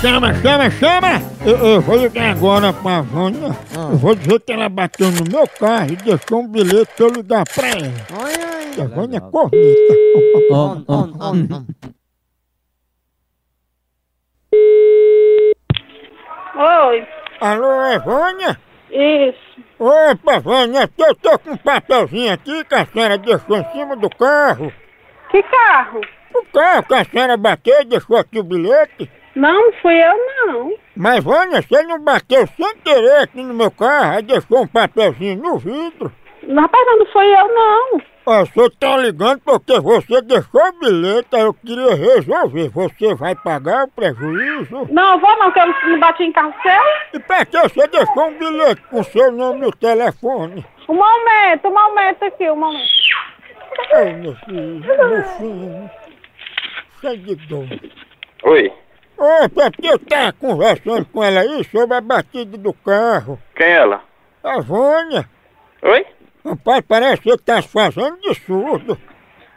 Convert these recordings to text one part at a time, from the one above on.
Chama, chama, chama! Eu, eu vou ligar agora pra Vânia. Eu vou dizer que ela bateu no meu carro e deixou um bilhete pra eu ligar pra ela. Oi, oi. A Vânia é corneta. On, on, on, on. Oi, Alô, é Vânia? isso. Opa, Vânia, aqui eu tô com um papelzinho aqui que a senhora deixou em cima do carro. Que carro? O carro que a senhora bateu e deixou aqui o bilhete. Não fui eu, não. Mas, Vânia, você não bateu sem querer aqui no meu carro, aí deixou um papelzinho no vidro. Não, Rapaz, não fui eu, não. Ó, o senhor tá ligando porque você deixou o bilhete, aí eu queria resolver. Você vai pagar o prejuízo? Não, eu vou não, que eu não bati em carro E seu. pra que você deixou um bilhete com seu nome e o telefone? Um momento, um momento aqui, um momento. Ai, meu filho, meu filho. Cheio de dor. Oi, Ô, pra que eu tava conversando com ela aí sobre a batida do carro? quem é ela? A Vânia, Oi? rapaz, parece que tá se fazendo de surdo.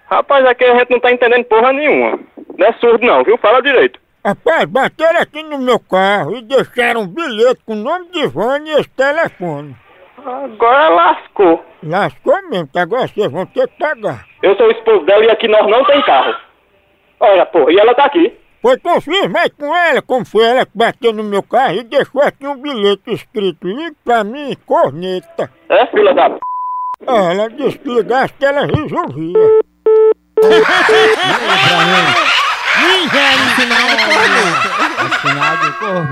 Rapaz, aqui a gente não tá entendendo porra nenhuma. Não é surdo não, viu? Fala direito. Rapaz, bateram aqui no meu carro e deixaram um bilhete com o nome de Vânia e esse telefone. Agora lascou. Lascou mesmo, que agora vocês vão ter que pagar. Eu sou o esposo dela e aqui nós não tem carro. Olha, porra, e ela tá aqui. Pois confirma aí com ela, como foi ela que bateu no meu carro e deixou aqui um bilhete escrito Ligue pra mim, corneta. É, filha da p... Ah, Ela disse que ligasse que ela resolvia. é Final de corno.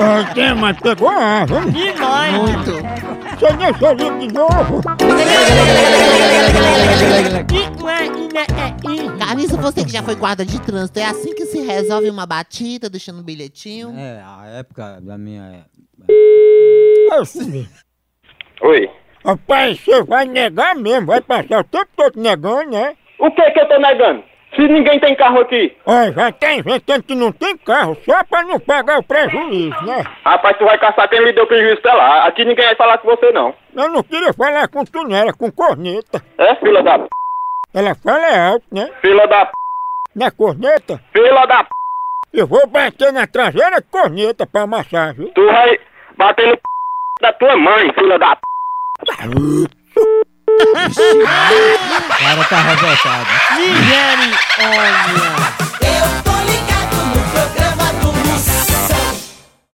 Ah, tem, mas pegou a asa, hein? De nós. Muito. Você deixa eu ligar de novo. Carissa, você que já foi guarda de trânsito, é assim que se resolve uma batida, deixando um bilhetinho? É, a época da minha... É o seguinte, Oi. Rapaz, você vai negar mesmo, vai passar o tempo todo negando, né? O que que eu tô negando? Se ninguém tem carro aqui. Olha, já tá inventando que não tem carro só pra não pagar o prejuízo, né? Rapaz, tu vai caçar quem lhe deu prejuízo pra lá. Aqui ninguém vai falar com você não. Eu não queria falar com tu, não, era com corneta. É, filha da p... Ela fala é alto, né? Filha da p... Na corneta, Filha da p... eu vou bater na traseira de corneta pra amassar, viu? Tu vai bater no p... da tua mãe, filha da p... O cara tá revoltado. Nigere, olha! Eu tô